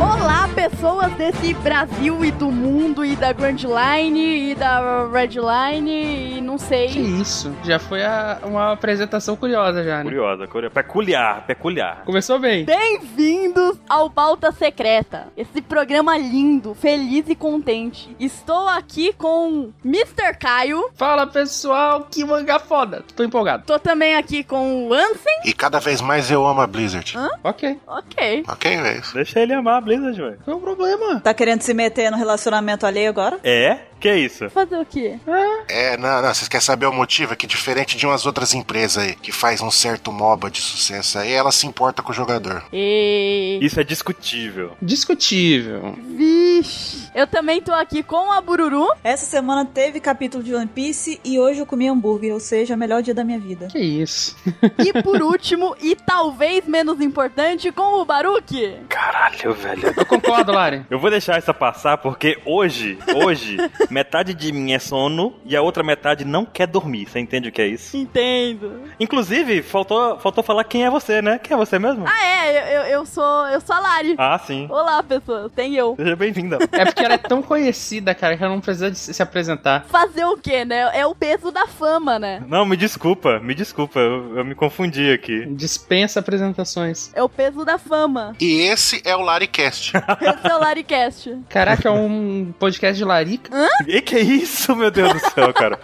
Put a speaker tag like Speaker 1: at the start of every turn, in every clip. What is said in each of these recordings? Speaker 1: Olá, pessoas desse Brasil e do mundo, e da Grand Line, e da Red Line, e não sei.
Speaker 2: Que isso? Já foi a- uma apresentação curiosa, já, né?
Speaker 3: Curiosa, curiosa. Peculiar, peculiar.
Speaker 2: Começou bem.
Speaker 1: Bem-vindos ao Pauta Secreta, esse programa lindo, feliz e contente. Estou aqui com Mr. Caio,
Speaker 2: Fala, pessoal, que mangá foda. Tô empolgado.
Speaker 1: tô também aqui com o Ansem.
Speaker 4: E cada vez mais eu amo a Blizzard.
Speaker 2: Ok.
Speaker 1: Ok.
Speaker 4: Ok, é isso.
Speaker 3: Deixa ele amar a Blizzard, velho.
Speaker 2: Não é um problema.
Speaker 5: Tá querendo se meter no relacionamento alheio agora?
Speaker 3: É? Que isso?
Speaker 1: Fazer o quê?
Speaker 4: É, não, não, vocês querem saber o motivo? É que diferente de umas outras empresas aí, que faz um certo MOBA de sucesso aí, ela se importa com o jogador.
Speaker 1: E...
Speaker 3: Isso é discutível.
Speaker 2: Discutível.
Speaker 1: Vixe. Eu também tô aqui com a Bururu.
Speaker 5: Essa semana teve capítulo de One Piece e hoje eu comi hambúrguer, ou seja, o melhor dia da minha vida.
Speaker 2: Que isso.
Speaker 1: E por último, e talvez menos importante, com o Baruque.
Speaker 3: Caralho, velho.
Speaker 2: Eu concordo, Lari.
Speaker 3: Eu vou deixar essa passar porque hoje, hoje, metade de mim é sono e a outra metade não quer dormir. Você entende o que é isso?
Speaker 1: Entendo.
Speaker 3: Inclusive, faltou, faltou falar quem é você, né? Quem é você mesmo?
Speaker 1: Ah, é, eu, eu, eu sou. Eu sou a Lari.
Speaker 3: Ah, sim.
Speaker 1: Olá, pessoas. Tem eu.
Speaker 3: Seja bem-vinda.
Speaker 2: É porque ela é tão conhecida, cara, que ela não precisa de se se apresentar.
Speaker 1: Fazer o quê, né? É o peso da fama, né?
Speaker 3: Não, me desculpa, me desculpa, eu, eu me confundi aqui.
Speaker 2: Dispensa apresentações.
Speaker 1: É o peso da fama.
Speaker 4: E esse é o Laricast.
Speaker 1: Esse é o Laricast.
Speaker 2: Caraca, é um podcast de larica.
Speaker 3: E que é isso, meu Deus do céu, cara?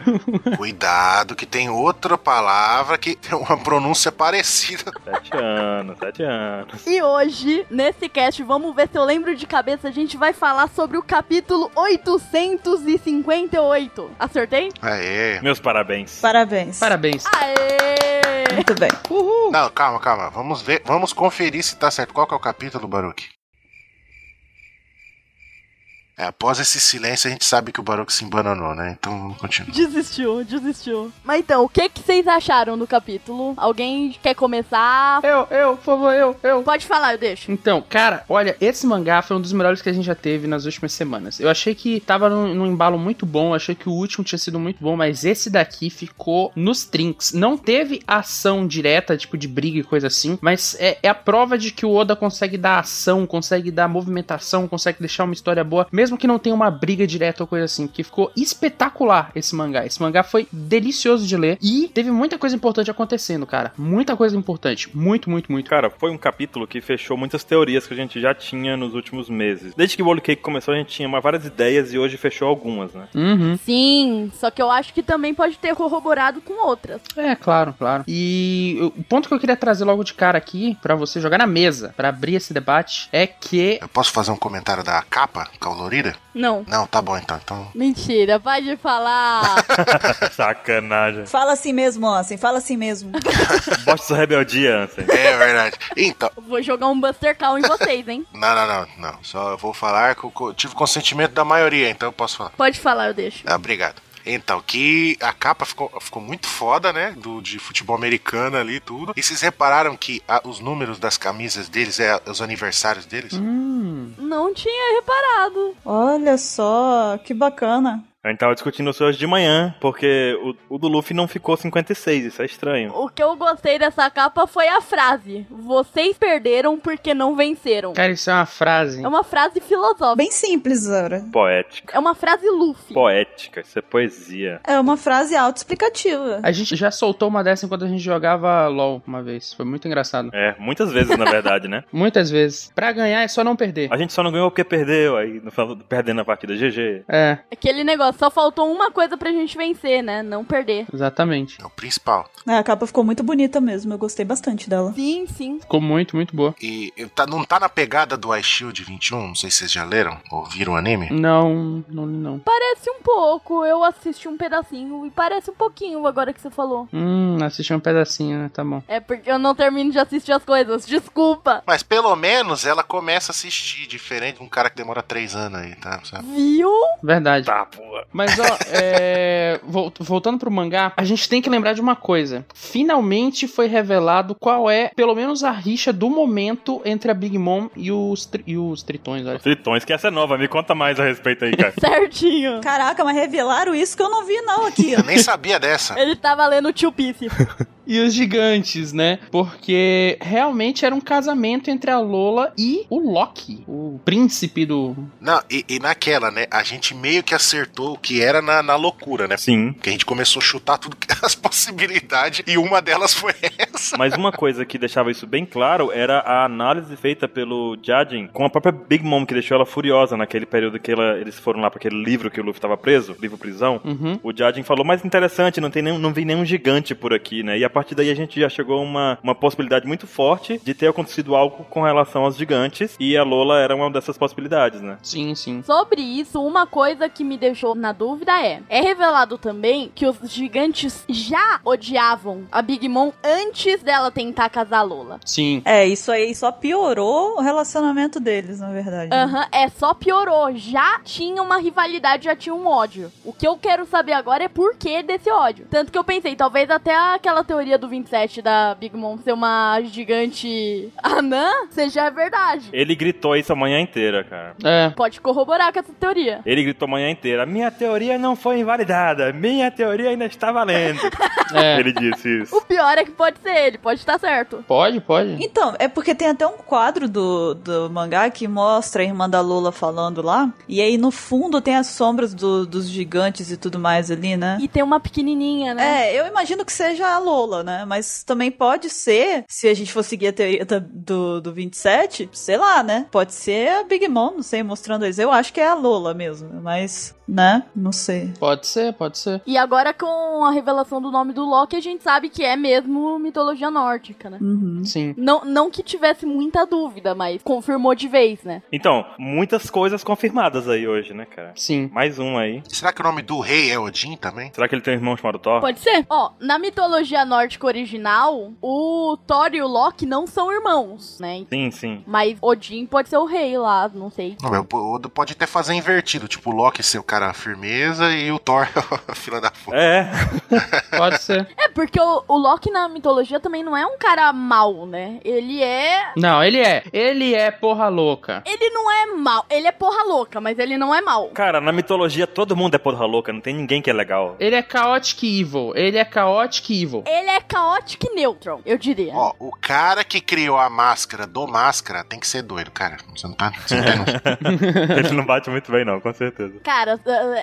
Speaker 4: Cuidado, que tem outra palavra que tem uma pronúncia parecida.
Speaker 3: Sete anos, sete anos.
Speaker 1: E hoje, nesse cast, vamos ver se eu lembro de cabeça, a gente vai falar sobre o capítulo 858. Acertei?
Speaker 4: Aê.
Speaker 3: Meus parabéns.
Speaker 5: Parabéns.
Speaker 2: Parabéns.
Speaker 1: Aê!
Speaker 5: Muito bem.
Speaker 2: Uhul.
Speaker 4: Não, calma, calma. Vamos ver, vamos conferir se tá certo. Qual que é o capítulo, Baruque? É, após esse silêncio, a gente sabe que o Baruque se embananou, né? Então vamos continuar.
Speaker 1: Desistiu, desistiu. Mas então, o que, que vocês acharam do capítulo? Alguém quer começar?
Speaker 2: Eu, eu, por favor, eu, eu.
Speaker 1: Pode falar, eu deixo.
Speaker 2: Então, cara, olha, esse mangá foi um dos melhores que a gente já teve nas últimas semanas. Eu achei que tava num, num embalo muito bom, achei que o último tinha sido muito bom, mas esse daqui ficou nos trinks. Não teve ação direta, tipo de briga e coisa assim, mas é, é a prova de que o Oda consegue dar ação, consegue dar movimentação, consegue deixar uma história boa, mesmo que não tenha uma briga direta ou coisa assim, que ficou espetacular esse mangá. Esse mangá foi delicioso de ler e teve muita coisa importante acontecendo, cara. Muita coisa importante. Muito, muito, muito.
Speaker 3: Cara, foi um capítulo que fechou muitas teorias que a gente já tinha nos últimos meses. Desde que o Bolo Cake começou, a gente tinha uma- várias ideias e hoje fechou algumas, né?
Speaker 2: Uhum.
Speaker 1: Sim, só que eu acho que também pode ter corroborado com outras.
Speaker 2: É, claro, claro. E o ponto que eu queria trazer logo de cara aqui, pra você jogar na mesa, pra abrir esse debate, é que.
Speaker 4: Eu posso fazer um comentário da capa colorida?
Speaker 1: Não.
Speaker 4: Não, tá bom então. Então
Speaker 1: Mentira, pode falar.
Speaker 3: Sacanagem.
Speaker 5: Fala assim mesmo, Ansem, fala assim mesmo.
Speaker 3: Bote sua rebeldia, Ansem.
Speaker 4: É verdade. Então,
Speaker 1: Eu Vou jogar um Buster Call em vocês, hein?
Speaker 4: não, não, não, não. Só eu vou falar que eu co- tive consentimento da maioria, então eu posso falar.
Speaker 1: Pode falar, eu deixo.
Speaker 4: Ah, obrigado. Então, que a capa ficou, ficou muito foda, né? Do, de futebol americano ali e tudo. E vocês repararam que a- os números das camisas deles é os aniversários deles?
Speaker 2: Hum.
Speaker 1: Não tinha reparado.
Speaker 5: Olha só, que bacana.
Speaker 3: A gente tava discutindo isso hoje de manhã, porque o, o do Luffy não ficou 56, isso é estranho.
Speaker 1: O que eu gostei dessa capa foi a frase: Vocês perderam porque não venceram.
Speaker 2: Cara, isso é uma frase.
Speaker 1: É uma frase filosófica.
Speaker 5: Bem simples, Zora.
Speaker 3: Poética.
Speaker 1: É uma frase Luffy.
Speaker 3: Poética, isso é poesia.
Speaker 5: É uma frase autoexplicativa.
Speaker 2: A gente já soltou uma dessa enquanto a gente jogava LOL uma vez. Foi muito engraçado.
Speaker 3: É, muitas vezes, na verdade, né?
Speaker 2: Muitas vezes. Pra ganhar é só não perder.
Speaker 3: A gente só não ganhou porque perdeu, aí no final perdendo a partida GG.
Speaker 2: É,
Speaker 1: Aquele negócio, só faltou uma coisa pra gente vencer, né? Não perder.
Speaker 2: exatamente.
Speaker 4: É o principal.
Speaker 5: É, a capa ficou muito bonita mesmo, eu gostei bastante dela.
Speaker 1: Sim, sim.
Speaker 2: Ficou muito, muito boa.
Speaker 4: E e tá, não tá na pegada do iShield 21? Não sei se vocês já leram ou viram o
Speaker 2: Hum.
Speaker 4: anime.
Speaker 2: Não, não, não.
Speaker 1: Parece um pouco. Eu assisti um pedacinho e parece um pouquinho agora que você falou.
Speaker 2: Hum, assisti um pedacinho, né? Tá bom.
Speaker 1: É porque eu não termino de assistir as coisas. Desculpa.
Speaker 4: Mas pelo menos ela começa a assistir, diferente de um cara que demora três anos aí, tá? Sabe?
Speaker 1: Viu?
Speaker 2: Verdade.
Speaker 3: Tá, porra.
Speaker 2: Mas, ó, é, vol- voltando pro mangá, a gente tem que lembrar de uma coisa. Finalmente foi revelado qual é, pelo menos, a rixa do momento entre a Big Mom e os, tri- e os tritões, olha.
Speaker 3: Os Tritões, que essa é nova, me conta mais a respeito aí, cara.
Speaker 1: Certinho.
Speaker 5: Caraca, mas revelaram isso que eu não vi não aqui.
Speaker 4: Eu nem sabia dessa.
Speaker 1: Ele tava lendo o Tio Piece.
Speaker 2: e os gigantes, né? Porque realmente era um casamento entre a Lola e o Loki, o príncipe do.
Speaker 4: Não, e, e naquela, né? A gente meio que acertou o que era na, na loucura, né?
Speaker 3: Sim.
Speaker 4: Porque a gente começou a chutar tudo que as possibilidades e uma delas foi essa.
Speaker 3: Mas uma coisa que deixava isso bem claro era a análise feita pelo Jadin com a própria Big Mom, que deixou ela furiosa naquele período que ela- eles foram lá para aquele livro que o Luffy estava preso, livro prisão.
Speaker 2: Uhum.
Speaker 3: O Jadin falou, mas interessante, não, tem nenhum, não vi nenhum gigante por aqui, né? E a partir daí a gente já chegou a uma, uma possibilidade muito forte de ter acontecido algo com relação aos gigantes, e a Lola era uma dessas possibilidades, né?
Speaker 2: Sim, sim.
Speaker 1: Sobre isso, uma coisa que me deixou na dúvida é: é revelado também que os gigantes já odiavam a Big Mom antes dela tentar casar a Lola.
Speaker 2: Sim.
Speaker 5: É, isso aí só piorou o relacionamento deles, na verdade. né?
Speaker 1: Aham, é só piorou. Já tinha uma rivalidade, já tinha um ódio. O que eu quero saber agora é por que desse ódio. Tanto que eu pensei, talvez até aquela teoria do 27 da Big Mom ser uma gigante anã seja verdade.
Speaker 3: Ele gritou isso a manhã inteira, cara.
Speaker 2: É.
Speaker 1: Pode corroborar com essa teoria.
Speaker 3: Ele gritou a manhã inteira: Minha teoria não foi invalidada, minha teoria ainda está valendo.
Speaker 2: É.
Speaker 3: Ele disse isso.
Speaker 1: O pior é que pode ser ele, pode estar certo.
Speaker 2: Pode, pode.
Speaker 5: Então, é porque tem até um quadro do, do mangá que mostra a irmã da Lola falando lá. E aí no fundo tem as sombras do- dos gigantes e tudo mais ali, né?
Speaker 1: E tem uma pequenininha, né?
Speaker 5: É, eu imagino que seja a Lola, né? Mas também pode ser, se a gente for seguir a teoria da- do, do 27, sei lá, né? Pode ser a Big Mom, não sei, mostrando eles. Eu acho que é a Lola mesmo, mas, né? Não sei.
Speaker 2: Pode ser, pode ser.
Speaker 1: E agora com a revelação do nome do Loki, a gente sabe que é mesmo mitologia nórdica, né?
Speaker 5: Uhum.
Speaker 2: Sim.
Speaker 1: Não, não que tivesse muita dúvida, mas confirmou de vez, né?
Speaker 3: Então, muitas coisas confirmadas aí hoje, né, cara?
Speaker 2: Sim.
Speaker 3: Mais um aí.
Speaker 4: Será que o nome do rei é Odin também?
Speaker 3: Será que ele tem um irmão chamado Thor?
Speaker 1: Pode ser. Ó, na mitologia nórdica original, o Thor e o Loki não são irmãos, né?
Speaker 3: Sim, sim.
Speaker 1: Mas Odin pode ser o rei lá, não sei.
Speaker 4: Não, mas o Odo pode até fazer invertido, tipo o Loki ser o cara firmeza e o Thor fila da puta.
Speaker 3: É,
Speaker 2: Pode ser.
Speaker 1: É, porque o, o Loki na mitologia também não é um cara mau, né? Ele é.
Speaker 2: Não, ele é. Ele é porra louca.
Speaker 1: Ele não é mau. Ele é porra louca, mas ele não é mau.
Speaker 3: cara, na mitologia todo mundo é porra louca, não tem ninguém que é legal.
Speaker 2: Ele é chaotic evil. Ele é chaotic evil.
Speaker 1: Ele é chaotic neutral, eu diria.
Speaker 4: Ó, o cara que criou a máscara do máscara tem que ser doido, cara. Você não tá. Você não tem noção.
Speaker 3: ele não bate muito bem, não, com certeza.
Speaker 1: Cara,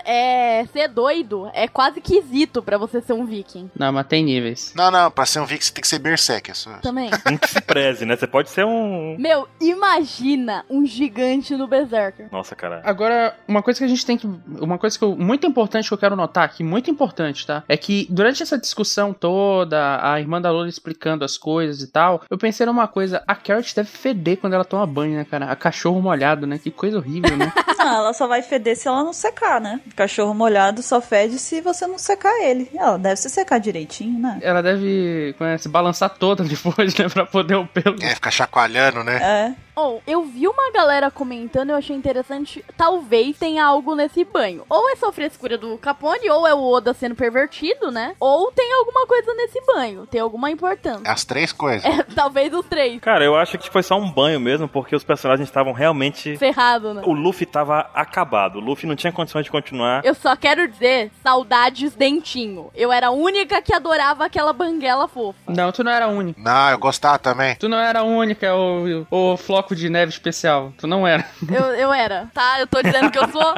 Speaker 1: é, é- ser doido é quase quesito pra você ser um viking.
Speaker 2: Não, mas tem níveis.
Speaker 4: não, não, pra ser um Vic você tem que ser Berserker. Só.
Speaker 1: Também.
Speaker 3: Não que se preze, né? Você pode ser um.
Speaker 1: Meu, imagina um gigante no Berserker.
Speaker 3: Nossa, cara.
Speaker 2: Agora, uma coisa que a gente tem que. Uma coisa que eu- muito importante que eu quero notar aqui, muito importante, tá? É que durante essa discussão toda, a irmã da Lola explicando as coisas e tal, eu pensei numa coisa: a Carrot deve feder quando ela toma banho, né, cara? A cachorro molhado, né? Que coisa horrível, né?
Speaker 5: Não, Ah, ela só vai feder se ela não secar, né? Cachorro molhado só fede se você não secar ele. Ela deve se secar direitinho, né?
Speaker 2: ela deve né, se balançar toda depois, né? Pra poder o pelo.
Speaker 4: É, ficar chacoalhando, né?
Speaker 5: É.
Speaker 1: Ou eu vi uma galera comentando, eu achei interessante. Talvez tenha algo nesse banho. Ou é só frescura do Capone, ou é o Oda sendo pervertido, né? Ou tem alguma coisa nesse banho. Tem alguma importância.
Speaker 4: As três coisas.
Speaker 1: É, talvez os três.
Speaker 3: Cara, eu acho que foi só um banho mesmo, porque os personagens estavam realmente.
Speaker 1: Ferrado, né?
Speaker 3: O Luffy tava acabado. O Luffy não tinha condições de continuar.
Speaker 1: Eu só quero dizer, saudades dentinho. Eu era a única que adorava aquela banguela fofa.
Speaker 2: Não, tu não era a única.
Speaker 4: Não, eu gostava também.
Speaker 2: Tu não era a única, o, o floco de neve especial. Tu não era.
Speaker 1: Eu, eu era, tá? Eu tô dizendo que eu sou.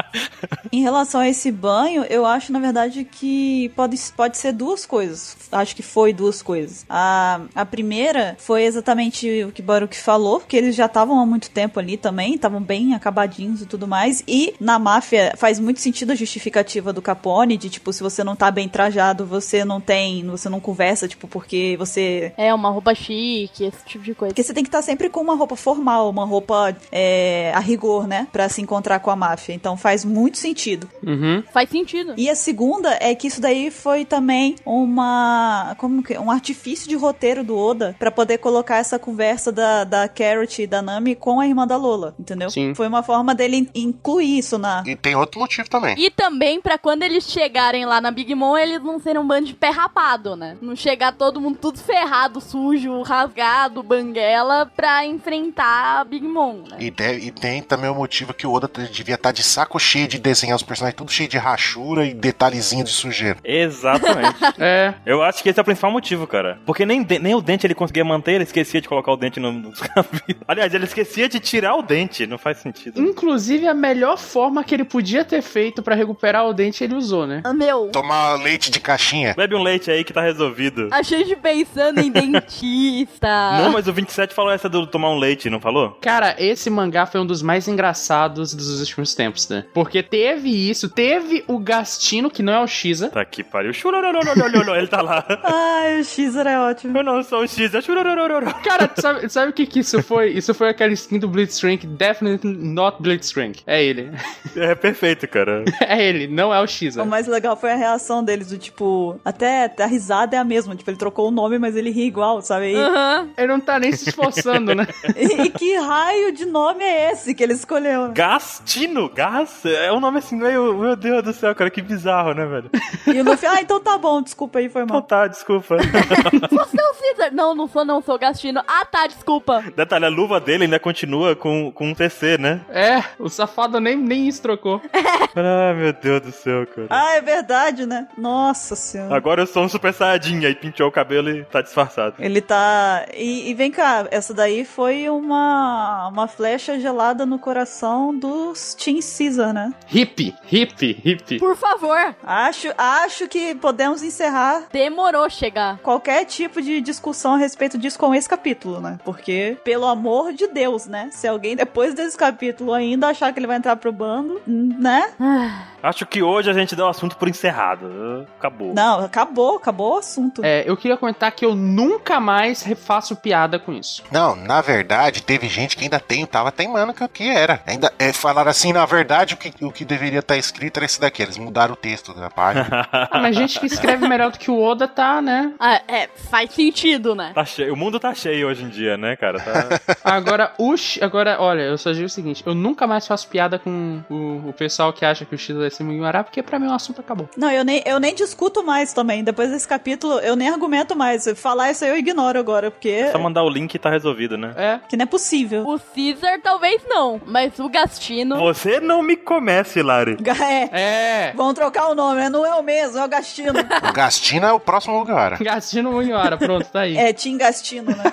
Speaker 5: Em relação a esse banho, eu acho, na verdade, que pode, pode ser duas coisas. Acho que foi duas coisas. A, a primeira foi exatamente o que Baruch falou, porque eles já estavam há muito tempo ali também, estavam bem acabadinhos e tudo mais. E na máfia faz muito sentido a justificativa do Capone, de tipo, se você não tá bem trajado, você não tem, você não conversa, tipo, porque você
Speaker 1: É, uma roupa chique, esse tipo de coisa.
Speaker 5: porque você tem que estar sempre com uma roupa formal, uma roupa é, a rigor, né? Pra se encontrar com a máfia. Então faz muito sentido.
Speaker 2: Uhum.
Speaker 1: Faz sentido.
Speaker 5: E a segunda é que isso daí foi também uma como que, um artifício de roteiro do Oda pra poder colocar essa conversa da, da Carrot e da Nami com a irmã da Lola, entendeu?
Speaker 2: Sim.
Speaker 5: Foi uma forma dele in- incluir isso na
Speaker 4: E tem outro motivo também.
Speaker 1: E também pra quando eles chegarem lá na Big Mom, eles não serem um bando de pé rapado, né? Não chegar todo mundo tudo ferrado, sujo, rasgado, banguela, pra enfrentar a Big Mom, né?
Speaker 4: E, deve- e tem também o motivo que o Oda t- devia estar de saco cheio de desenhar os personagens, tudo cheio de rachura e detalhezinho de sujeira.
Speaker 3: Exatamente.
Speaker 2: É,
Speaker 3: Eu acho que esse é o principal motivo, cara. Porque nem, de- nem o dente ele conseguia manter, ele esquecia de colocar o dente no, no cabelo. Aliás, ele esquecia de tirar o dente, não faz sentido.
Speaker 2: inclusive a melhor forma que ele podia ter feito pra recuperar o dente ele usou, né?
Speaker 1: Ah, Meu,
Speaker 4: Tomar leite de caixinha.
Speaker 3: Bebe um leite aí que tá resolvido.
Speaker 1: a gente pensando em dentista.
Speaker 3: Não, mas o 27 falou essa do tomar um leite, não falou?
Speaker 2: Cara, esse mangá foi um dos mais engraçados dos últimos tempos, né? Porque teve isso, teve o Gastino, que não é o Shiza.
Speaker 3: Tá aqui, pariu. Churorororororororor, Ele tá lá.
Speaker 5: Ai, o Xer é ótimo.
Speaker 3: Eu não sou o X, é churororororor.
Speaker 2: Cara, tu sabe, tu sabe o que que isso foi? Isso foi aquela skin do Blitzcrank, Definitely Not Blitzcrank. É ele.
Speaker 3: É perfeito, cara.
Speaker 2: É ele, não é o Shiza.
Speaker 5: O mais legal foi a reação deles, do tipo, até a risada é a mesma, tipo, ele trocou o nome, mas ele ri igual, sabe? E,
Speaker 1: Aham.
Speaker 2: Ele não tá nem se esforçando, né?
Speaker 5: e que raio de nome é esse que ele escolheu? né?
Speaker 3: Gastino, Gas? É um nome assim meio. Meu Deus do céu, cara, que bizarro, né, velho?
Speaker 5: E o Luffy, ah, então tá bom, desculpa aí, foi
Speaker 3: Então
Speaker 5: mal.
Speaker 3: tá, desculpa.
Speaker 1: Você é o Caesar? Não, não sou, não sou Gastino. Ah, tá, desculpa.
Speaker 3: Detalhe, a luva dele ainda continua com, com um TC, né?
Speaker 2: É, o safado nem, nem isso trocou.
Speaker 3: Ah, meu Deus do céu, cara.
Speaker 5: Ah, é verdade, né? Nossa senhora.
Speaker 3: Agora eu sou um super saiyajin, aí pintou o cabelo e tá disfarçado.
Speaker 5: Ele tá. E, e vem cá, essa daí foi uma, uma flecha gelada no coração dos Team Caesar, né?
Speaker 2: Hip, hip, hip.
Speaker 1: Por favor,
Speaker 5: Acho, acho que podemos encerrar
Speaker 1: demorou chegar.
Speaker 5: qualquer tipo de discussão a respeito disso com esse capítulo, né? Porque, pelo amor de Deus, né? Se alguém depois desse capítulo ainda achar que ele vai entrar pro bando, né?
Speaker 1: Ah,
Speaker 3: Acho que hoje a gente dá o assunto por encerrado. Acabou.
Speaker 5: Não, acabou, acabou o assunto.
Speaker 2: É, eu queria comentar que eu nunca mais faço piada com isso.
Speaker 4: Não, na verdade, teve gente que ainda tem, tava teimando que o que era. Ainda é, falaram assim, na verdade, o que, o que deveria estar escrito era esse daqui. Eles mudaram o texto da página.
Speaker 2: Ah, mas gente que escreve melhor do que o Oda tá, né?
Speaker 1: ah, é, faz sentido, né?
Speaker 3: Tá cheio. O mundo tá cheio hoje em dia, né, cara? Tá-
Speaker 2: Agora, o Shi- Agora, olha, eu só digo o seguinte: eu nunca mais faço piada com o, o pessoal que acha que o Shiza vai se Mugiwara, porque pra mim o assunto acabou.
Speaker 5: Não, eu nem, eu nem discuto mais também. Depois desse capítulo, eu nem argumento mais. Falar isso aí eu ignoro agora, porque.
Speaker 3: Só mandar o link e tá resolvido, né?
Speaker 2: É.
Speaker 5: Que não é possível.
Speaker 1: O Caesar talvez não, mas o Gastino.
Speaker 3: Você não me comece, Lari.
Speaker 5: É.
Speaker 2: É.
Speaker 5: Vão trocar o nome, né? Não é o mesmo, é o Gastino.
Speaker 4: o Gastino é o próximo lugar.
Speaker 2: Gastino Mugiwara, pronto, tá aí.
Speaker 5: é, Tim Gastino, né?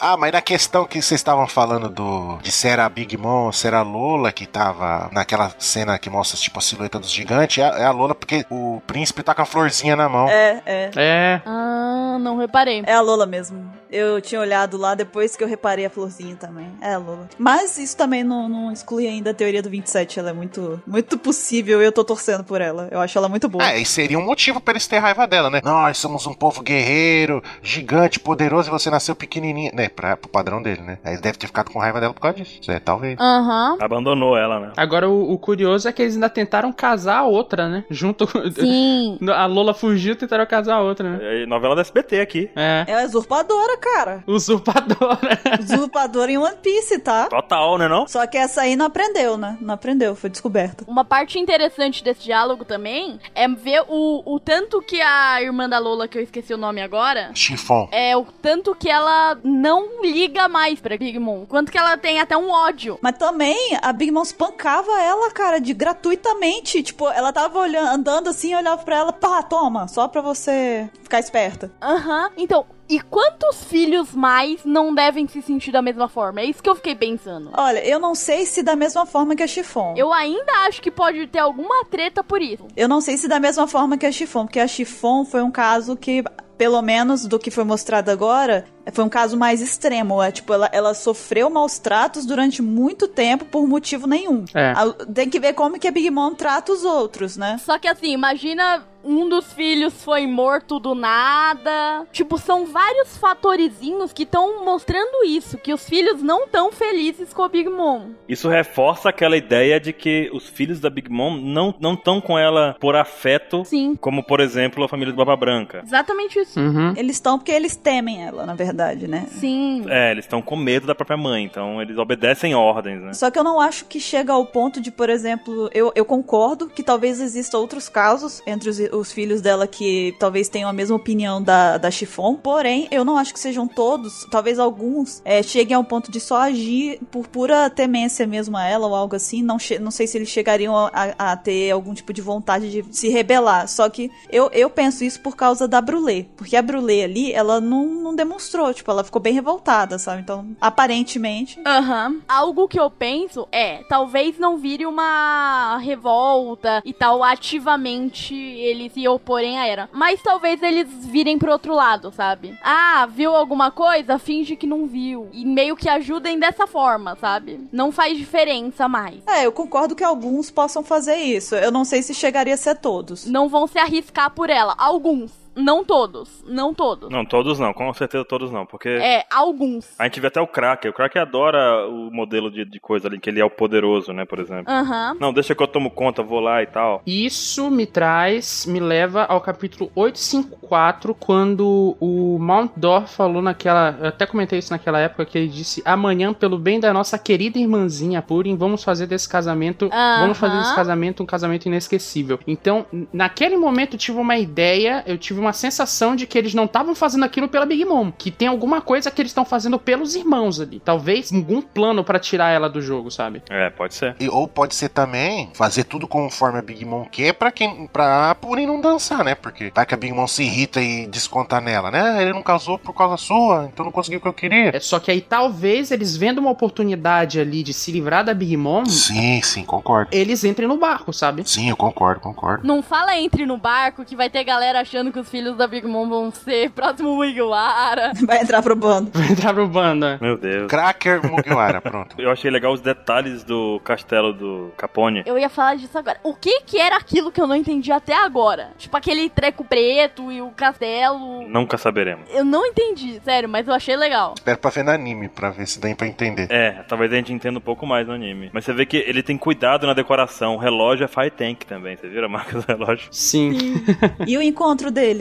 Speaker 4: Ah, mas na questão que vocês estavam falando do de se era a Big Mom, se era a Lola que tava naquela cena que mostra tipo a silhueta dos gigantes, é, a- é a Lola porque o príncipe tá com a florzinha na mão.
Speaker 5: É, é.
Speaker 2: É.
Speaker 1: Ah, não reparei.
Speaker 5: É a Lola mesmo. Eu tinha olhado lá depois que eu reparei a florzinha também. É a Lola. Mas isso também não, não exclui ainda a teoria do 27. Ela é muito, muito possível e eu tô torcendo por ela. Eu acho ela muito
Speaker 3: tipo,
Speaker 5: boa.
Speaker 4: É, e seria um motivo pra eles terem raiva dela, né? Nós somos um povo guerreiro, gigante, poderoso e você nasceu pequenininho. Né, pra, pro padrão dele, né? Aí ele deve ter ficado com raiva dela por causa disso. É, talvez.
Speaker 1: Aham.
Speaker 3: Abandonou ela, né?
Speaker 2: Agora, o, o curioso é que eles ainda tentaram casar a outra, né? Junto com.
Speaker 1: Sim.
Speaker 2: A Lola fugiu, tentaram casar a outra, né?
Speaker 3: É novela da SBT aqui.
Speaker 2: É.
Speaker 5: Ela é usurpadora, cara.
Speaker 2: Usurpadora.
Speaker 5: Usurpadora em One Piece, tá?
Speaker 3: Total, né não?
Speaker 5: Só que essa aí não aprendeu, né? Não aprendeu, foi descoberta.
Speaker 1: Uma parte interessante desse diálogo também é ver o, o tanto que a irmã da Lola, que eu esqueci o nome
Speaker 3: Ah.
Speaker 1: agora,
Speaker 4: Chifon.
Speaker 1: é o tanto que ela não liga mais pra Big Mom. Quanto que ela tem até um ódio.
Speaker 5: Mas também a Big Mom espancava ela, cara, de gratuitamente. Tipo, ela tava olhando, andando assim, eu olhava pra ela, pá, toma, só pra você ficar esperta.
Speaker 1: Aham. Então, e quantos filhos mais não devem se sentir da mesma forma? É isso que eu fiquei pensando.
Speaker 5: Olha, eu não sei se da mesma forma que a Chifon.
Speaker 1: Eu ainda acho que pode ter alguma treta por isso.
Speaker 5: Eu não sei se da mesma forma que a Chifon, porque a Chifon foi um caso que, pelo menos do que foi mostrado agora, foi um caso mais extremo. É, tipo, ela, ela sofreu maus tratos durante muito tempo por motivo nenhum.
Speaker 2: É.
Speaker 5: A- Tem que ver como que a Big Mom trata os outros, né?
Speaker 1: Só que assim, imagina um dos filhos foi morto do nada. Tipo, são vários fatorizinhos que estão mostrando isso, que os filhos não estão felizes com a Big Mom.
Speaker 3: Isso reforça aquela ideia de que os filhos da Big Mom não estão com ela por afeto,
Speaker 1: Sim.
Speaker 3: como, por exemplo, a família do Baba Branca.
Speaker 1: Exatamente isso isso.
Speaker 2: Uhum.
Speaker 5: Eles estão porque eles temem ela, na verdade, né?
Speaker 1: Sim.
Speaker 3: É, eles estão com medo da própria mãe, então eles obedecem ordens, né?
Speaker 5: Só que eu não acho que chega ao ponto de, por exemplo, eu, eu concordo que talvez existam outros casos entre os, os filhos dela que talvez tenham a mesma opinião da, da Chifon, porém, eu não acho que sejam todos, talvez alguns é, cheguem ao ponto de só agir por pura temência mesmo a ela ou algo assim. Não, che- não sei se eles chegariam a, a- a ter algum tipo de vontade de se rebelar. Só que eu, eu penso isso por causa da Brulé, porque a Brulé ali, ela não, não demonstrou, tipo, ela ficou bem revoltada, sabe? Então, aparentemente,
Speaker 1: Aham. Algo que eu penso é, talvez não vire uma revolta e tal, ativamente eles se oporem à era. Mas talvez eles virem pro outro lado, sabe? Ah, viu alguma coisa? Finge que não viu. E meio que ajudem dessa forma, sabe? Não faz diferença mais.
Speaker 5: É, eu concordo que alguns possam fazer isso. Eu não sei se chegaria a ser todos.
Speaker 1: Não vão se arriscar por ela. Alguns. Não todos. Não todos.
Speaker 3: Não, todos não, com certeza todos não, porque
Speaker 1: É, alguns.
Speaker 3: a gente vê até o Kraken. O Kraken adora o modelo de, de coisa ali, que ele é o poderoso, né, por exemplo.
Speaker 1: Aham.
Speaker 3: Não, deixa que eu tomo conta, vou lá e tal.
Speaker 2: Isso me traz, me leva ao capítulo 854, quando o Mount Dor falou naquela. Eu até comentei isso naquela época, que ele disse: Amanhã, pelo bem da nossa querida irmãzinha Purim, vamos fazer desse casamento.
Speaker 1: Aham.
Speaker 2: Vamos fazer desse casamento um casamento inesquecível. Então, n- naquele momento eu tive uma ideia, eu tive uma sensação de que eles não estavam fazendo aquilo pela Big Mom. Que tem alguma coisa que eles estão fazendo pelos irmãos ali. Talvez algum plano pra tirar ela do jogo, sabe?
Speaker 3: É, pode ser.
Speaker 4: E- ou pode ser também fazer tudo conforme a Big Mom quer pra quem pra Puri não dançar, né? Porque vai que a Big Mom se irrita e desconta nela, né? Ele não casou por causa sua, então não conseguiu o que eu queria.
Speaker 2: É só que aí talvez eles vendo uma oportunidade ali de se livrar da Big Mom,
Speaker 4: Sim, sim, concordo.
Speaker 2: eles entrem no barco, sabe?
Speaker 4: Sim, eu concordo, concordo.
Speaker 1: Não fala entre no barco que vai ter galera achando que os filhos da Big Mom vão ser próximo Mugiwara.
Speaker 5: Vai entrar pro bando.
Speaker 2: Vai entrar pro banda.
Speaker 3: Meu Deus.
Speaker 4: Cracker Mugiwara, pronto.
Speaker 3: Eu achei legal os detalhes do castelo do Capone.
Speaker 1: Eu ia falar disso agora. O que que era aquilo que eu não entendi até agora? Tipo aquele treco preto e o castelo.
Speaker 3: Nunca saberemos.
Speaker 1: Eu não entendi, sério, mas eu achei legal.
Speaker 4: Espero pra ver no anime, pra ver se dá pra entender.
Speaker 3: É, talvez a gente entenda um pouco mais no anime. Mas você vê que ele tem cuidado na decoração. O relógio é Fire Tank também. Você viu a marca do relógio?
Speaker 2: Sim.
Speaker 5: E o encontro deles?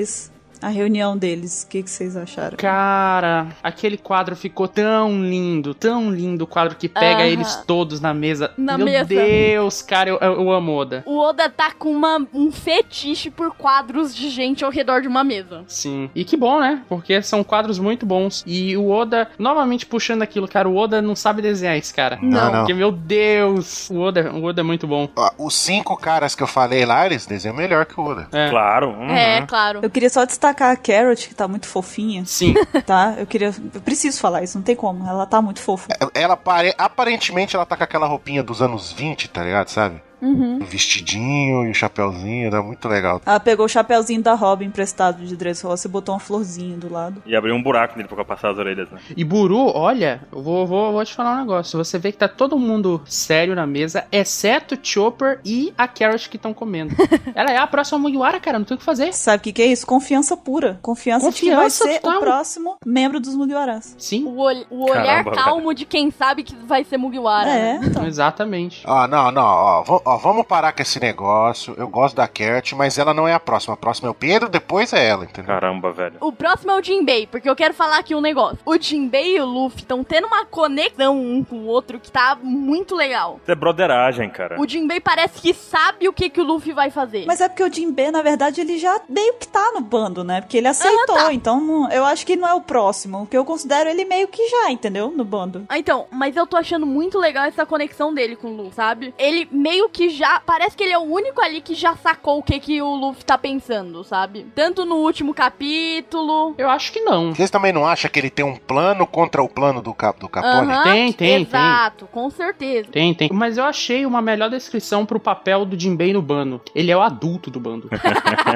Speaker 5: A reunião deles? O que, que vocês acharam?
Speaker 2: Cara, aquele quadro ficou tão lindo, tão lindo o quadro que pega
Speaker 1: Aham.
Speaker 2: eles todos na mesa.
Speaker 1: Na
Speaker 2: Meu
Speaker 1: mesa.
Speaker 2: Deus, cara, eu, eu amo Oda.
Speaker 1: O Oda tá com uma- um fetiche por quadros de gente ao redor de uma mesa.
Speaker 2: Sim. E que bom, né? Porque são quadros muito bons. E o Oda, novamente puxando aquilo, cara, o Oda não sabe desenhar esse cara.
Speaker 1: Não.
Speaker 2: Porque, meu Deus, o Oda, o Oda é muito bom.
Speaker 4: Ó, Os cinco caras que eu falei lá, eles desenham melhor que o Oda.
Speaker 2: É.
Speaker 3: Claro. uhum.
Speaker 1: É, claro.
Speaker 5: Eu queria só destacar a Carrot, que tá muito fofinha,
Speaker 2: Sim.
Speaker 5: tá? Eu queria. Eu preciso falar isso, não tem como. Ela tá muito fofa.
Speaker 4: Ela pare... aparentemente ela tá com aquela roupinha dos anos 20, tá ligado? Sabe?
Speaker 1: Uhum.
Speaker 4: O vestidinho e o chapéuzinho, tá muito legal.
Speaker 5: Ela pegou o chapéuzinho da Robin emprestado de Dressrosa e botou uma florzinha do lado.
Speaker 3: E abriu um buraco nele pra passar as orelhas, né?
Speaker 2: E Buru, olha, eu vou, vou, vou te falar um negócio. Você vê que tá todo mundo sério na mesa, exceto o Chopper e a Carrot que estão comendo. Ela é a próxima Mugiwara, cara, não tem o que fazer.
Speaker 5: Sabe o que, que é isso? Confiança pura. Confiança,
Speaker 2: Confiança
Speaker 5: de que vai ser
Speaker 2: total.
Speaker 5: o próximo membro dos Mugiwaras.
Speaker 2: Sim,
Speaker 1: O, ol- o olhar
Speaker 3: Caramba,
Speaker 1: calmo de quem sabe que vai ser Mugiwara. né?
Speaker 5: É, então.
Speaker 2: exatamente.
Speaker 4: Ó, não, não, ó, va- ó, vamos parar com esse negócio. Eu gosto da Kert, mas ela não é a próxima. A próxima é o Pedro, depois é ela, entendeu?
Speaker 3: Caramba, velho.
Speaker 1: O próximo é o Jinbei, porque eu quero falar aqui um negócio. O Jinbei e o Luffy estão tendo uma conexão um com o outro que tá muito legal.
Speaker 3: Isso é broderagem, cara.
Speaker 1: O Jinbei parece que sabe o que, que o Luffy vai fazer.
Speaker 5: Mas é porque o Jim B, na verdade, ele já meio que tá no bando, né? Porque ele aceitou, então não- eu acho que não é o próximo. Porque eu considero ele meio que já, entendeu? No bando.
Speaker 1: Ah, Então, mas eu tô achando muito legal essa conexão dele com o Luffy, sabe? Ele meio que já. Parece que ele é o único ali que já sacou o que, que o Luffy tá pensando, sabe? Tanto no último capítulo.
Speaker 2: Eu acho que não.
Speaker 4: Vocês também não acham que ele tem um plano contra o plano do, cap do Capone?
Speaker 1: Aham,
Speaker 2: Tá Tem, tem,
Speaker 1: Exato, com certeza.
Speaker 2: Tem, tem. Mas eu achei uma melhor descrição pro papel do Jinbei no bando. Ele é o adulto do bando.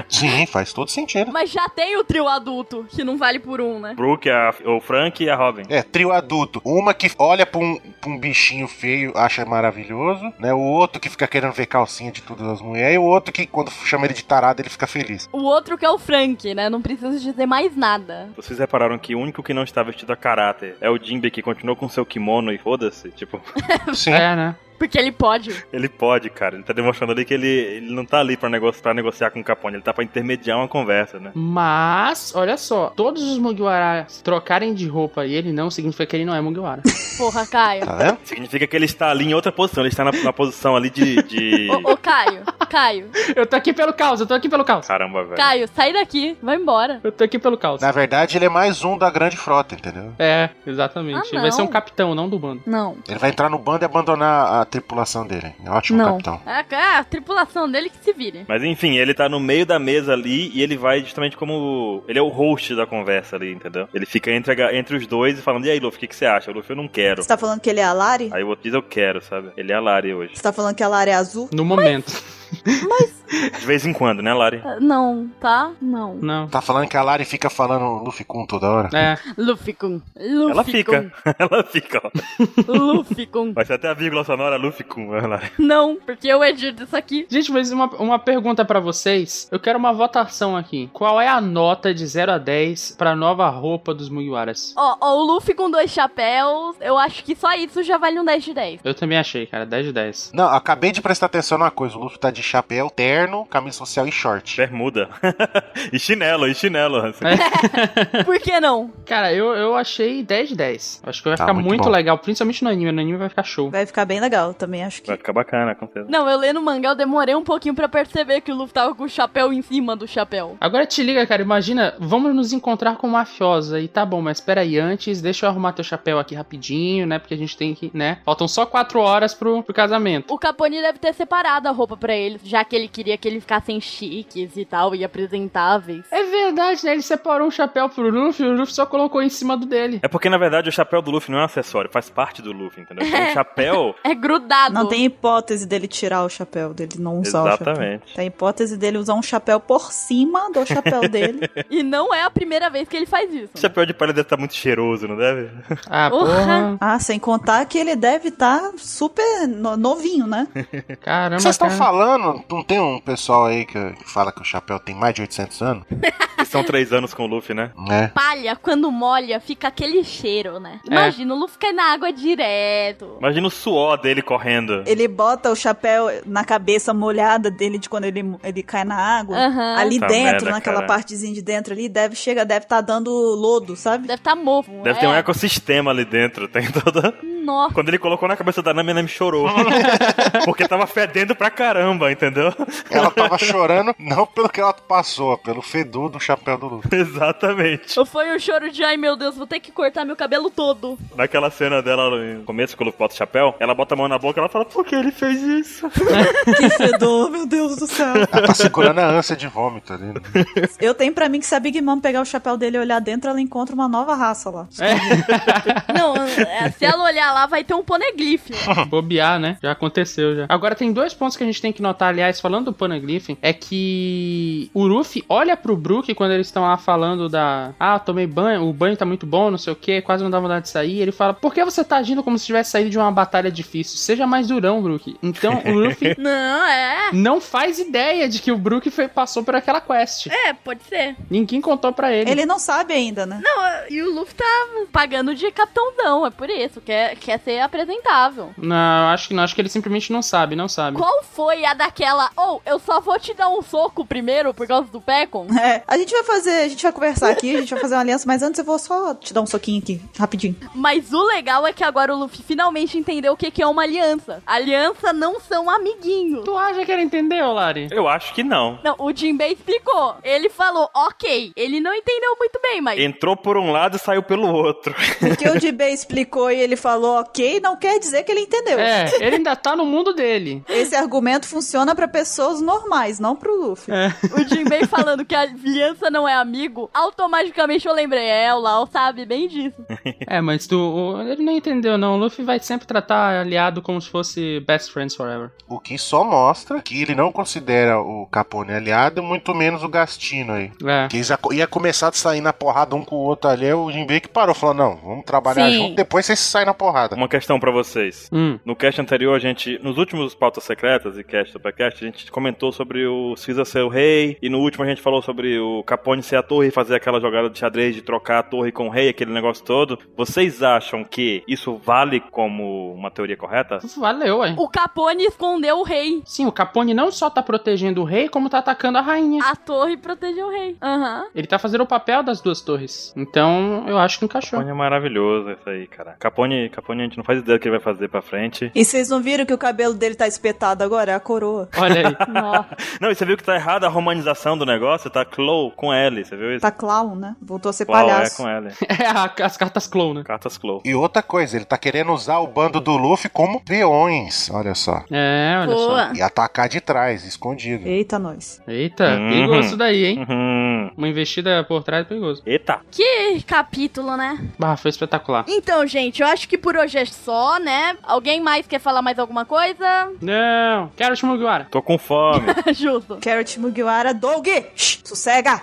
Speaker 4: Sim, faz todo sentido.
Speaker 1: Mas já tem o trio adulto, que não vale por um, né?
Speaker 3: Brook, a, o Frank e a Robin.
Speaker 4: É, trio adulto. Uma que olha pra um, pra um bichinho feio, acha maravilhoso, né? O outro que fica querendo ver calcinha de todas as mulheres, e o outro que, quando chama ele de tarado, ele fica feliz.
Speaker 1: O outro que é o Frank, né? Não preciso dizer mais nada.
Speaker 3: Vocês repararam que o único que não está vestido a caráter é o Jimbe, que continuou com seu kimono e foda-se? Tipo,
Speaker 4: Sim.
Speaker 2: é, né?
Speaker 1: Porque ele pode.
Speaker 3: Ele pode, cara. Ele tá demonstrando ali que ele, ele não tá ali pra, nego pra negociar com o Capone, ele tá pra intermediar uma conversa, né?
Speaker 2: Mas, olha só, todos os Mugiwara trocarem de roupa e ele não, significa que ele não é Mugiwara.
Speaker 1: Porra, Caio.
Speaker 4: Tá vendo?
Speaker 3: Significa que ele está ali em outra posição, ele está na, na posição ali de. de...
Speaker 1: Ô, ô, Caio, Caio,
Speaker 2: Eu tô aqui pelo caos, eu tô aqui pelo caos.
Speaker 3: Caramba, velho.
Speaker 1: Caio, sai daqui, vai embora.
Speaker 2: Eu tô aqui pelo caos.
Speaker 4: Na verdade, ele é mais um da grande frota, entendeu?
Speaker 2: É, exatamente.
Speaker 1: Ah,
Speaker 2: Ele vai ser um
Speaker 1: não.
Speaker 2: capitão, não do bando.
Speaker 1: Não.
Speaker 4: Ele vai entrar no bando e abandonar a tripulação dele. É ótimo,
Speaker 1: Não.
Speaker 4: capitão.
Speaker 1: É, é a tripulação dele que se vire.
Speaker 3: Mas enfim, ele tá no meio da mesa ali e ele vai justamente como. Ele é o host da conversa ali, entendeu? Ele fica entre, a ga- entre os dois e falando: E aí, Luffy, o que, que você acha? O Luffy, eu não quero.
Speaker 5: Você tá falando que ele é a Lari?
Speaker 3: Aí o outro diz: Eu quero, sabe? Ele é a Lari hoje.
Speaker 5: Você tá falando que a Lari é azul?
Speaker 2: No momento.
Speaker 3: De vez em quando, né, Lari?
Speaker 1: Ah, Não, tá? Não.
Speaker 2: Não.
Speaker 4: Tá falando que a Lari fica falando Luffy Kun toda hora.
Speaker 2: É,
Speaker 1: Luffy-kun.
Speaker 3: Ela
Speaker 1: Luffy-kun.
Speaker 3: fica. Ela fica, ó.
Speaker 1: Luffy-kun.
Speaker 3: Vai ser até a vírgula sonora Luffy Kun, vai lá.
Speaker 1: Não, porque eu edito isso aqui.
Speaker 2: Gente, mas uma, uma pergunta pra vocês. Eu quero uma votação aqui. Qual é a nota de 0 a 10 pra nova roupa dos Mugiwaras?
Speaker 1: Ó, ó, o Luffy com dois chapéus, eu acho que só isso já vale um 10 de 10.
Speaker 2: Eu também achei, cara. 10 de 10.
Speaker 4: Não, acabei de prestar atenção numa coisa. O Luffy tá de chapéu, terno, camisa social e short.
Speaker 3: Bermuda. e chinelo, e chinelo. assim.
Speaker 1: Por que não?
Speaker 2: Cara, eu, eu achei 10 de 10. Acho que vai
Speaker 4: Tá
Speaker 2: ficar
Speaker 4: muito
Speaker 2: muito,
Speaker 4: bom.
Speaker 2: legal, principalmente no anime. No anime vai ficar show.
Speaker 5: Vai ficar bem legal também, acho
Speaker 3: Vai
Speaker 5: que.
Speaker 3: ficar bacana, com certeza.
Speaker 1: Não, eu lendo o mangá, eu demorei um pouquinho pra perceber que o Luffy tava com o chapéu em cima do chapéu.
Speaker 2: Agora te liga, cara, imagina, vamos nos encontrar com mafiosa e tá bom, mas peraí, antes deixa eu arrumar teu chapéu aqui rapidinho, né, porque a gente tem que, né, faltam só quatro horas pro, pro casamento.
Speaker 1: O Capone deve ter separado a roupa pra ele, já que ele queria que ele ficassem chiques e tal, e apresentáveis.
Speaker 2: É verdade, né, ele separou um chapéu pro Luffy e o Luffy só colocou em cima do dele.
Speaker 3: É porque, na verdade, o chapéu do Luffy não é um acessório, faz parte do Luffy, entendeu? Então, o chapéu.
Speaker 1: É grudado.
Speaker 5: Não tem hipótese dele tirar o chapéu, dele não usar o chapéu.
Speaker 3: Exatamente.
Speaker 5: Tem hipótese dele usar um chapéu por cima do chapéu dele.
Speaker 1: E não é a primeira vez que ele faz isso.
Speaker 3: Esse chapéu de palha deve estar muito cheiroso, não deve?
Speaker 2: Ah,
Speaker 1: Porra.
Speaker 2: porra,
Speaker 5: Ah, sem contar que ele deve estar super no- novinho, né?
Speaker 2: caramba,
Speaker 4: Vocês estão
Speaker 2: cara.
Speaker 4: falando? Não tem um pessoal aí que que fala que o chapéu tem mais de 800 anos?
Speaker 3: E são três anos com o Luffy, né?
Speaker 4: Né?
Speaker 1: Palha, quando molha, fica aquele cheiro, né?
Speaker 2: É.
Speaker 1: Imagina, o Luffy cai na água direto.
Speaker 3: Imagina o suor dele correndo.
Speaker 5: Ele bota o chapéu na cabeça molhada dele de quando ele, ele cai na água.
Speaker 1: Aham.
Speaker 5: Ali
Speaker 3: Puta
Speaker 5: dentro,
Speaker 3: Tá merda,
Speaker 5: naquela
Speaker 3: cara.
Speaker 5: partezinha de dentro ali, deve chega, deve estar dando lodo, sabe?
Speaker 1: Deve tá mofo.
Speaker 3: Deve
Speaker 1: é.
Speaker 3: ter um ecossistema ali dentro, tem toda.
Speaker 1: Nossa.
Speaker 3: Quando ele colocou na cabeça da Nami, a Nami chorou. Porque tava fedendo pra caramba, entendeu?
Speaker 4: Ela tava chorando, não pelo que ela passou, é pelo fedor do chapéu do Luffy.
Speaker 3: Exatamente.
Speaker 1: Foi um choro de, ai meu Deus, vou ter que cortar meu cabelo todo.
Speaker 3: Naquela cena dela no começo, quando o Luffy bota o chapéu, ela bota a mão na boca e ela fala: Por que ele fez isso?
Speaker 5: Que fedor, meu Deus do céu.
Speaker 4: Ela tá segurando a ânsia de vômito ali. né?
Speaker 5: Eu tenho pra mim que se a Big Mom pegar o chapéu dele e olhar dentro, ela encontra uma nova raça lá.
Speaker 1: Não, é, se ela olhar lá, vai ter um poneglyph.
Speaker 2: Bobear, né? Já aconteceu já. Agora tem dois pontos que a gente tem que notar, aliás, falando do Panaglyphin, é que o Luffy olha pro Brook quando eles estão lá falando da, ah, tomei banho, o banho tá muito bom, não sei o que, quase não dá vontade de sair. Ele fala: "Por que você tá agindo como se tivesse saído de uma batalha difícil? Seja mais durão, Brook". Então, o Luffy
Speaker 1: Não, é.
Speaker 2: não faz ideia de que o Brook foi- passou por aquela quest.
Speaker 1: É, pode ser.
Speaker 2: Ninguém contou pra ele.
Speaker 5: Ele não sabe ainda, né?
Speaker 1: Não, e o Luffy tá pagando de capitãozão, é por isso. Quer, quer ser apresentável.
Speaker 2: Não, acho que não, acho que ele simplesmente não sabe, não sabe.
Speaker 1: Qual foi a daquela? Ou eu só vou te dar um soco primeiro por causa do Pecon?
Speaker 5: É, a gente vai fazer, a gente vai conversar aqui, a gente vai fazer uma aliança, mas antes eu vou só te dar um soquinho aqui, rapidinho.
Speaker 1: Mas o legal é que agora o Luffy finalmente entendeu o que que é uma aliança. Aliança não são amiguinhos.
Speaker 2: Tu acha que ele entendeu, Lari?
Speaker 3: Eu acho que não.
Speaker 1: Não, o Jinbei explicou. Ele falou, ok. Ele não entendeu muito bem, mas.
Speaker 3: Entrou por um lado e saiu pelo outro.
Speaker 5: Porque o DB explicou e ele falou ok, não quer dizer que ele entendeu.
Speaker 2: É, ele ainda tá no mundo dele.
Speaker 5: Esse argumento funciona pra pessoas normais, não pro Luffy.
Speaker 1: O Jinbei falando que a aliança não é amigo, automaticamente eu lembrei, é, o Lau sabe bem disso.
Speaker 2: É, mas tu, o- ele não entendeu, não. O Luffy vai sempre tratar aliado como se fosse best friends forever.
Speaker 4: O que só mostra que ele não considera o Capone aliado, muito menos o Gastino aí.
Speaker 2: É.
Speaker 4: Que já co- ia começar a sair na porrada um com o outro ali, o Jinbei que parou, falou, não, vamos trabalhar
Speaker 1: Sim.
Speaker 4: junto, depois vocês saem na temporada.
Speaker 3: Uma questão pra vocês.
Speaker 2: Hum.
Speaker 3: No cast anterior, a gente, nos últimos pautas secretas e cast supercast, a gente comentou sobre o Caesar ser o rei, e no último a gente falou sobre o Capone ser a torre e fazer aquela jogada de xadrez de trocar a torre com o rei, aquele negócio todo. Vocês acham que isso vale como uma teoria correta?
Speaker 2: Valeu, hein?
Speaker 1: O Capone escondeu o rei.
Speaker 2: Sim, o Capone não só tá protegendo o rei, como tá atacando a rainha.
Speaker 1: A torre protegeu o rei. Aham.
Speaker 2: Ele tá fazendo o papel das duas torres. Então, eu acho que encaixou.
Speaker 3: Capone é maravilhoso isso aí, cara. Capone, Capone a gente não faz ideia do que ele vai fazer pra frente.
Speaker 5: E vocês não viram que o cabelo dele tá espetado agora? É a coroa.
Speaker 2: Olha aí.
Speaker 1: Nossa.
Speaker 3: Não, e você viu que tá errada a romanização do negócio? Tá Clow com L, você viu isso?
Speaker 5: Tá clown, né? Voltou a ser
Speaker 3: Qual é
Speaker 5: palhaço.
Speaker 3: com L?
Speaker 2: É a- as cartas clone, né?
Speaker 3: Cartas Clow.
Speaker 4: E outra coisa, ele tá querendo usar o bando do Luffy como peões. Olha só.
Speaker 2: É, olha
Speaker 1: Boa.
Speaker 4: E atacar de trás, escondido.
Speaker 5: Eita, nós.
Speaker 2: só. Eita,
Speaker 3: Uhum.
Speaker 2: perigoso isso daí, hein?
Speaker 3: Uhum.
Speaker 2: Uma investida por trás é perigoso.
Speaker 3: Eita!
Speaker 1: Que capítulo, né?
Speaker 2: Bah, foi espetacular.
Speaker 1: Então, gente, eu acho que por hoje é só, né? Alguém mais quer falar mais alguma coisa?
Speaker 2: Não, quero te Mugiwara.
Speaker 3: Tô com fome.
Speaker 1: Justo.
Speaker 5: Carrot Mugiwara, Doug! Shh, sossega!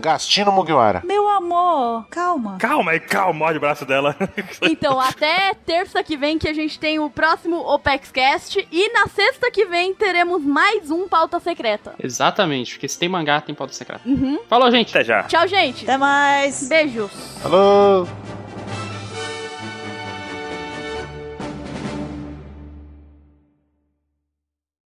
Speaker 4: Gastino Mugiwara.
Speaker 5: Meu amor, calma.
Speaker 3: calma aí, calma, olha o braço dela.
Speaker 1: Então, até terça que vem que a gente tem o próximo OpexCast e na sexta que vem teremos mais um Pauta Secreta.
Speaker 2: Exatamente, porque se tem mangá, tem pauta secreta.
Speaker 1: Uhum.
Speaker 2: Falou, gente.
Speaker 3: Até já.
Speaker 1: Tchau, gente.
Speaker 5: Até mais.
Speaker 1: Beijos.
Speaker 4: Alô!